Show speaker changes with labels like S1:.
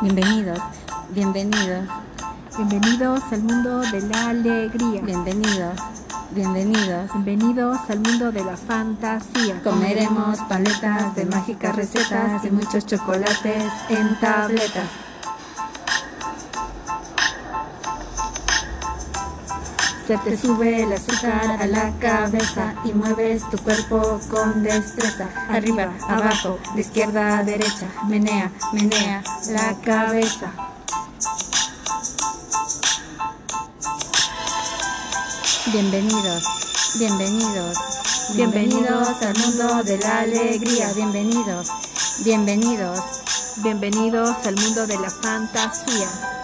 S1: Bienvenidos, bienvenidos,
S2: Bienvenidos al mundo de la alegría.
S1: bienvenidos, bienvenidos.
S2: Bienvenidos al mundo de la fantasía.
S1: Comeremos paletas de mágicas recetas y muchos chocolates en tabletas. Se te sube el azúcar a la cabeza y mueves tu cuerpo con destreza. Arriba, abajo, de izquierda a derecha. Menea, menea la cabeza. Bienvenidos, bienvenidos, bienvenidos al mundo de la alegría. Bienvenidos, bienvenidos.
S2: Bienvenidos al mundo de la fantasía.